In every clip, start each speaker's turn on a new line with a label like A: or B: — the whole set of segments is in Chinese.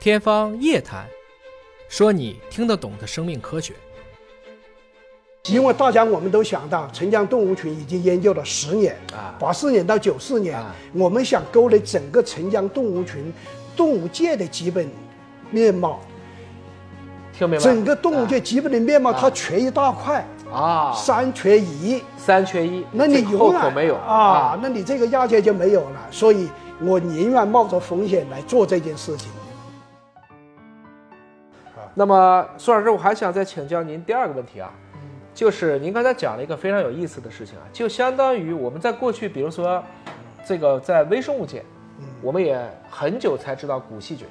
A: 天方夜谭，说你听得懂的生命科学。
B: 因为大家我们都想到澄江动物群已经研究了十年
A: 啊
B: 八四年到九四年
A: 啊，
B: 我们想勾勒整个澄江动物群动物界的基本面貌，
A: 听明白？
B: 整个动物界基本的面貌它缺一大块，
A: 啊，
B: 三缺一，
A: 三缺一，
B: 那你
A: 这个
B: 永
A: 后
B: 远
A: 口没有
B: 啊，？那你这个亚界就没有了，所以我宁愿冒着风险来做这件事情。
A: 那么苏老师，我还想再请教您第二个问题啊，就是您刚才讲了一个非常有意思的事情啊，就相当于我们在过去，比如说这个在微生物界，
B: 嗯
A: 我们也很久才知道古细菌，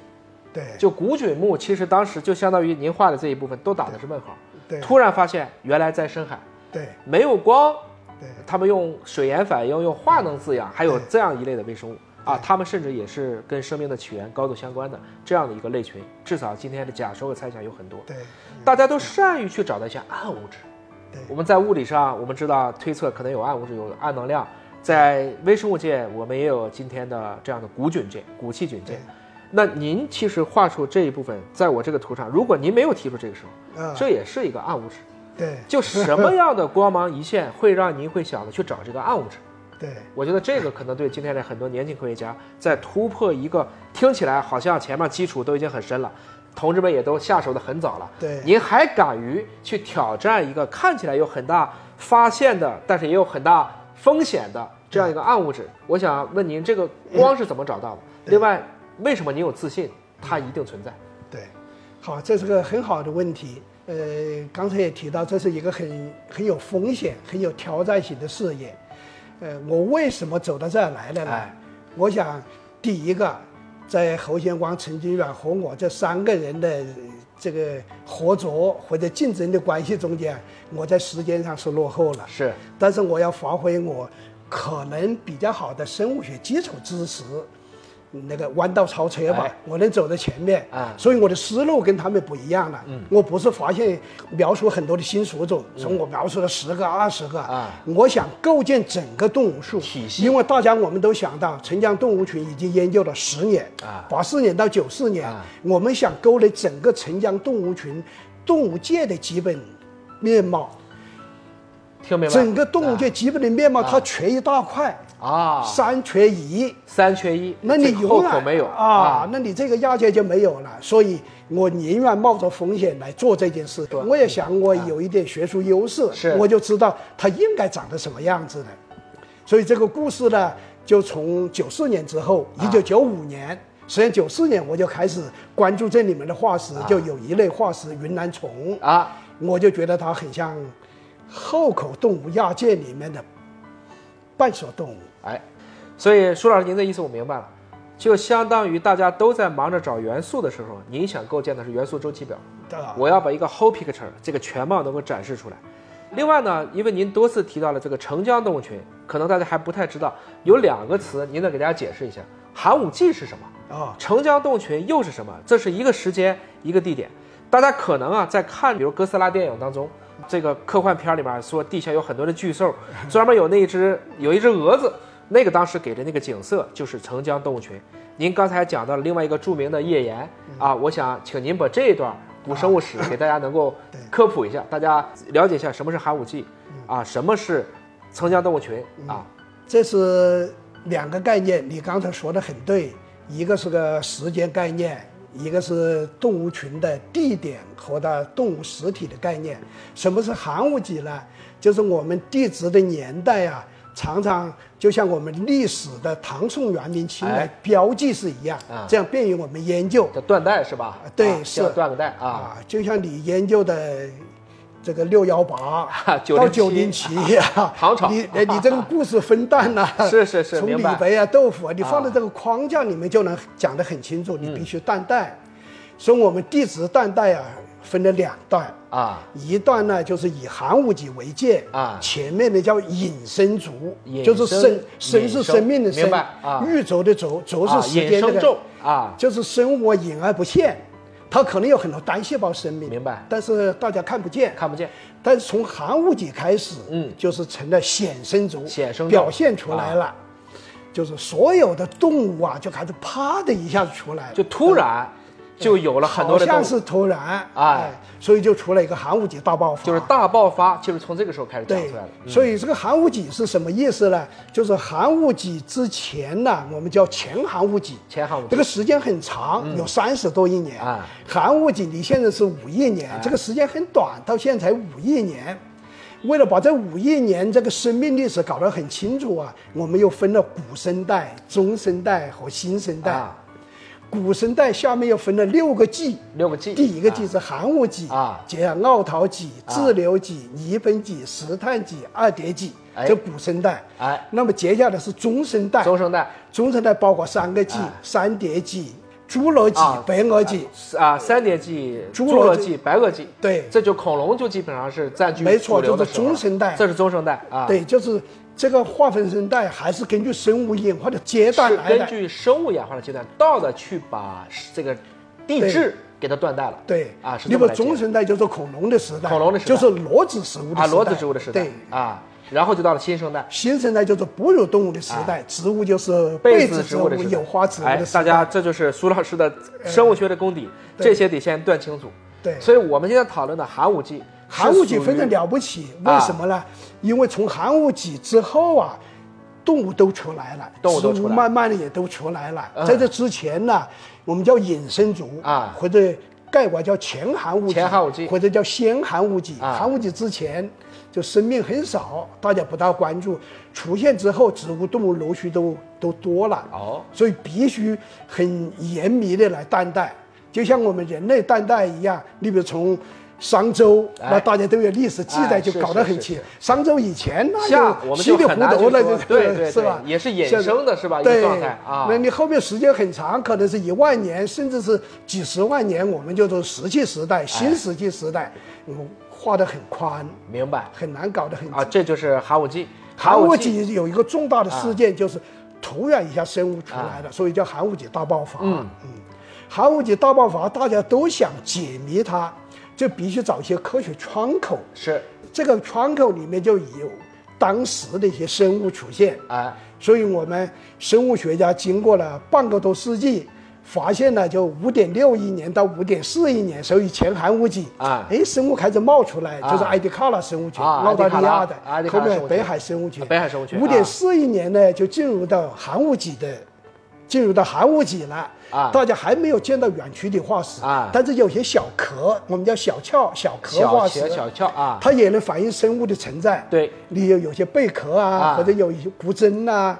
B: 对，
A: 就古菌目其实当时就相当于您画的这一部分都打的是问号，
B: 对，
A: 突然发现原来在深海
B: 对，
A: 没有光，
B: 对，
A: 他们用水盐反应、用化能滋养，还有这样一类的微生物啊，他们甚至也是跟生命的起源高度相关的这样的一个类群。至少今天的假说和猜想有很多，
B: 对，
A: 大家都善于去找到一些暗物质。
B: 对
A: 我们在物理上，我们知道推测可能有暗物质、有暗能量，在微生物界，我们也有今天的这样的古菌界、古细菌界
B: 对。
A: 那您其实画出这一部分，在我这个图上，如果您没有提出这个时候，
B: 啊，
A: 这也是一个暗物质。
B: 对，
A: 就什么样的光芒一现，会让您会想着去找这个暗物质？
B: 对，
A: 我觉得这个可能对今天的很多年轻科学家，在突破一个听起来好像前面基础都已经很深了，同志们也都下手的很早了。
B: 对
A: 您还敢于去挑战一个看起来有很大发现的，但是也有很大风险的这样一个暗物质，我想问您，这个光是怎么找到的？
B: 嗯
A: 另外，为什么您有自信它一定存在？
B: 对，好，这是个很好的问题。呃，刚才也提到，这是一个很很有风险、很有挑战性的事业。呃，我为什么走到这儿来了呢？
A: 哎
B: 我想，第一个，在侯先光、陈金远和我这三个人的这个合作或者竞争的关系中间，我在时间上是落后了。
A: 是
B: 但是我要发挥我可能比较好的生物学基础知识，那个弯道超车吧，
A: 哎
B: 我能走在前面
A: 啊嗯
B: 所以我的思路跟他们不一样了。我不是发现描述很多的新属种，从我描述了十个、二十个
A: 啊
B: 我想构建整个动物树
A: 体系
B: 因为大家我们都想到澄江动物群已经研究了十年
A: 啊
B: 八四年到九四年、
A: 啊
B: 我们想勾勒整个澄江动物群动物界的基本面貌。
A: 听明白？
B: 整个动物界基本的面貌，它缺一大块，
A: 啊，
B: 三缺一，
A: 三缺一，
B: 那你
A: 这个
B: 永
A: 后
B: 远
A: 口没有
B: 啊，那你这个亚界就没有了。所以我宁愿冒着风险来做这件事。我也想我有一点学术优势，
A: 嗯是
B: 我就知道它应该长得什么样子的。所以这个故事呢，就从九四年之后，
A: 啊
B: 一九九五年。实际上，九四年我就开始关注这里面的化石，就有一类化石云南虫
A: 啊，
B: 我就觉得它很像后口动物亚界里面的半索动物。
A: 哎，所以舒老师您的意思我明白了，就相当于大家都在忙着找元素的时候，您想构建的是元素周期表，
B: 啊，
A: 我要把一个 whole picture 这个全貌能够展示出来。另外呢，因为您多次提到了这个澄江动物群，可能大家还不太知道，有两个词，您得给大家解释一下，寒武纪是什么？
B: 啊，
A: 澄江动物群又是什么？这是一个时间一个地点，大家可能啊在看，比如哥斯拉电影当中，这个科幻片里面说地下有很多的巨兽，专门有那一只有一只蛾子，那个当时给的那个景色就是澄江动物群。您刚才讲到了另外一个著名的页岩
B: 嗯
A: 啊，我想请您把这一段古生物史给大家能够
B: 啊 对嗯
A: 科普一下，大家了解一下什么是寒武纪啊，什么是澄江动物群啊，
B: 这是两个概念，你刚才说的很对，一个是个时间概念，一个是动物群的地点和它动物实体的概念。什么是寒武纪呢？就是我们地质的年代啊，常常就像我们历史的唐宋元明清来
A: 哎
B: 标记是一样，
A: 啊
B: 这样便于我们研究。
A: 叫断代是吧？
B: 对
A: 啊
B: 是
A: 叫断个代啊。
B: 啊，就像你研究的这个六幺八啊 到九零
A: 907
B: 七啊，
A: 唐朝
B: 你哎你 这个故事分段呐、
A: 是是是
B: 从
A: 明
B: 李
A: 白
B: 白啊、豆腐啊，你放在这个框架里面就能讲得很清楚，你必须断代。所以我们地质断代啊，分了两段。
A: 啊，
B: 一段呢，就是以寒武纪为界
A: 啊
B: 前面的叫隐身族
A: 隐，
B: 就是
A: 身
B: 生生
A: 隐
B: 是
A: 生
B: 生命的
A: 明
B: 生
A: 白啊，
B: 玉轴的轴，轴是
A: 啊
B: 时
A: 衍
B: 间那
A: 生
B: 个
A: 咒啊
B: 就是生物隐而不现，它可能有很多单细胞生命，
A: 明白
B: 但是大家看不见。
A: 看不见，
B: 但是从寒武纪开始，
A: 嗯，
B: 就是成了显生族，
A: 显生族
B: 表现出来了，啊就是所有的动物啊，就开始啪的一下子出来，
A: 就突然就有了很多
B: 好
A: 的东
B: 像
A: 西，
B: 是突然，
A: 哎
B: 哎，所以就出了一个寒武纪大爆发，
A: 就是大爆发，就是从这个时候开始讲
B: 对
A: 出来的。，
B: 所以这个寒武纪是什么意思呢？就是寒武纪之前呢，我们叫前寒武纪，
A: 前汉武
B: 这个时间很长，有三十多亿年。
A: 嗯啊
B: 寒武纪离现在是五亿年，这个时间很短，到现在才五亿年。为了把这五亿年这个生命历史搞得很清楚啊，我们又分了古生代、中生代和新生代。
A: 啊
B: 古生代下面又分了六个纪，
A: 六个纪，
B: 第一个
A: 啊
B: 纪是寒武纪
A: 啊
B: 接着奥陶纪、自流纪、泥盆纪、石炭纪、二叠纪，
A: 哎
B: 这古生代。
A: 哎，
B: 那么接下来是中生代，
A: 啊中生代
B: 中生代包括三个纪、三叠纪、侏罗纪
A: 啊、
B: 白垩纪。
A: 啊，三叠纪、侏
B: 侏罗纪
A: 罗纪、白垩纪，
B: 对
A: 这就恐龙就基本上是占据
B: 没错
A: 主流的
B: 就是
A: 时候了
B: 中生代
A: 这是中生代啊，，
B: 对，就是这个划分生代还是根据生物演化的阶段
A: 是
B: 来
A: 根
B: 的。
A: 据生物演化的阶段倒的去把这个地质给它断代了，
B: 对
A: 啊，是
B: 那
A: 这么
B: 么
A: 来
B: 中
A: 讲
B: 生代就是恐龙的时代，
A: 恐龙的时代
B: 就是裸子植物的时代，
A: 啊，裸子植物的时代
B: 对，
A: 啊，然后就到了新生代，
B: 新生代就是哺乳动物的时代，植物就是被
A: 啊子
B: 子
A: 植
B: 植
A: 物
B: 物
A: 的时、代
B: 有花植物
A: 哎
B: 的时，代。哎
A: 大家这就是苏老 师的生物学的功底，这些得先断清楚。
B: 对
A: 所以我们现在讨论的寒武纪，
B: 寒武纪非
A: 了，
B: 常了不起，
A: 啊
B: 为什么呢？因为从寒武纪之后啊，动物都出来了，
A: 动物都
B: 植
A: 出
B: 物
A: 来了
B: 慢慢的也都出来了。
A: 嗯
B: 在这之前呢，我们叫隐身族
A: 啊
B: 或者概括叫前寒武纪，
A: 前寒武纪
B: 或者叫先寒武纪。
A: 啊
B: 寒武纪之前就生命很少，大家不大关注。出现之后，植物、动物陆续都都多了。
A: 哦，
B: 所以必须很严密的来担待，就像我们人类担待一样。你比如从商周，
A: 哎
B: 那大家都有历史记
A: 哎
B: 载，就是搞得
A: 是
B: 很
A: 是
B: 清。商周以前
A: 像
B: 那
A: 我们
B: 稀
A: 就
B: 里糊
A: 很难
B: 涂
A: 去
B: 了，
A: 说
B: 就
A: 对对
B: 是吧
A: 对？也是衍
B: 现在
A: 生的是吧一个
B: 对
A: 状态啊
B: 那你后面时间很长，可能是一万年，甚至是几十万年，我们叫做石器时代、
A: 哎
B: 新石器时代，我们画得很宽，
A: 明白
B: 很难搞得很
A: 啊？这就是寒武纪。
B: 寒武
A: 纪
B: 纪有一个重大的
A: 啊
B: 事件，就是突然一下生物出来了，所以叫寒武纪大爆发。嗯寒武纪大爆发，大家都想解谜它，就必须找一些科学窗口。
A: 是
B: 这个窗口里面就有当时的一些生物出现，
A: 哎
B: 所以我们生物学家经过了半个多世纪，发现了就五点六亿年到五点四亿年，所以前寒武纪
A: 啊
B: 哎，生物开始冒出来，
A: 啊
B: 就是埃迪卡拉生物群，
A: 啊
B: 澳大利亚的
A: 埃迪，卡拉
B: 后面
A: 埃迪卡拉生物群
B: 北海生
A: 北海生
B: 物群，
A: 物群啊
B: 五点四亿年呢，就进入到寒武纪的，进入到寒武纪了。
A: 啊
B: 大家还没有见到远区的化石
A: 啊
B: 但是有些小壳，我们叫小壳、小壳
A: 小
B: 化石
A: 小，小窍啊，
B: 它也能反映生物的存在。
A: 对，
B: 你有有些贝壳啊，
A: 啊
B: 或者有一些骨针啊，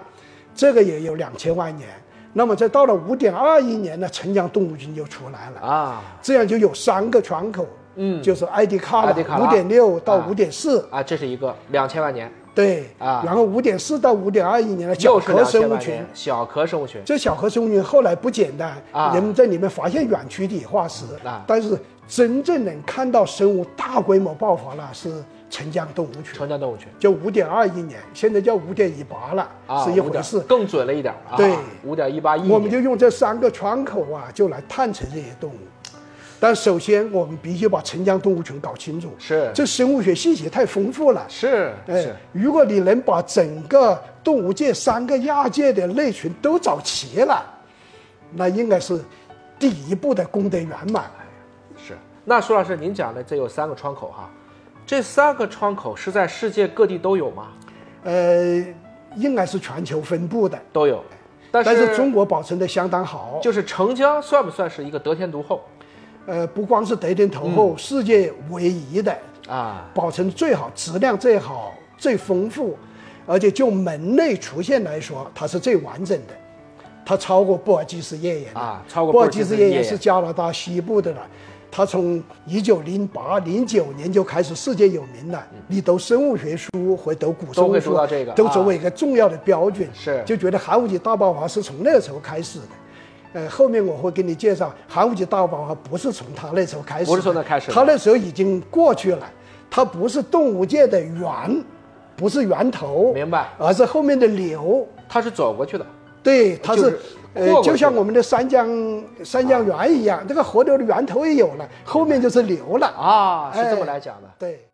B: 这个也有两千万年。那么在到了五点二亿年呢，澄江动物群就出来了，
A: 啊
B: 这样就有三个窗口，嗯，就是埃迪卡
A: 埃迪卡
B: 拉
A: 拉
B: 五点六到
A: 啊
B: 五点四，
A: 啊，这是一个两千万年，
B: 对，
A: 啊
B: 然后五点四到五点二亿年的小
A: 又是
B: 壳
A: 两
B: 生
A: 千
B: 物
A: 万
B: 群
A: 年，，小壳生物群
B: 这小河生物群后来不简单，
A: 啊
B: 人们在里面发现远区底化石，
A: 啊
B: 但是真正能看到生物大规模爆发了是澄江动物群，
A: 澄江动物群
B: 就五点二亿年，现在叫五点一八了，
A: 啊，
B: 是一
A: 5
B: 回
A: 点
B: 事。
A: 更准了一点儿啊，
B: 对
A: 五点一八亿年，
B: 我们就用这三个窗口啊，就来探测这些动物。但首先，我们必须把澄江动物群搞清楚，
A: 是
B: 这生物学信息太丰富了。
A: 是
B: 哎
A: 是，
B: 如果你能把整个动物界三个亚界的类群都找齐了，那应该是第一步的功德圆满。
A: 是，那舒老师，您讲的这有三个窗口哈，这三个窗口是在世界各地都有吗？
B: 呃，应该是全球分布的，
A: 都有，但是
B: 但是中国保存的相当好。
A: 就是澄江算不算是一个得天独厚
B: 呃，不光是得天独厚，世界唯一的
A: 啊？
B: 保存最好、质量最好、最丰富，而且就门类出现来说，它是最完整的，它超过布尔济斯页岩的
A: 啊超过
B: 布
A: 布
B: 尔
A: 尔
B: 济
A: 济
B: 斯
A: 斯
B: 页
A: 页岩
B: 岩是加拿大西部的了。它从一九零八、零九年就开始世界有名了。你读生物学书或读古
A: 嗯
B: 生
A: 都
B: 物
A: 会
B: 书，
A: 读到这个
B: 都
A: 啊
B: 作为一个重要的标准，
A: 是
B: 就觉得寒武纪大爆发是从那个时候开始的。呃，后面我会给你介绍，寒武纪大爆发不是从它那时候开始的，
A: 不是从那开始的
B: 它那时候已经过去了，它不是动物界的源，不是源头，
A: 明白
B: 而是后面的流。
A: 它是走过去的，
B: 对，它是、
A: 就是
B: 呃，
A: 过
B: 就
A: 过去啊
B: 像我们的三江三江源一样，这个河流的源头也有了，后面就是流了。
A: 啊，是这么
B: 哎
A: 来讲的。
B: 对。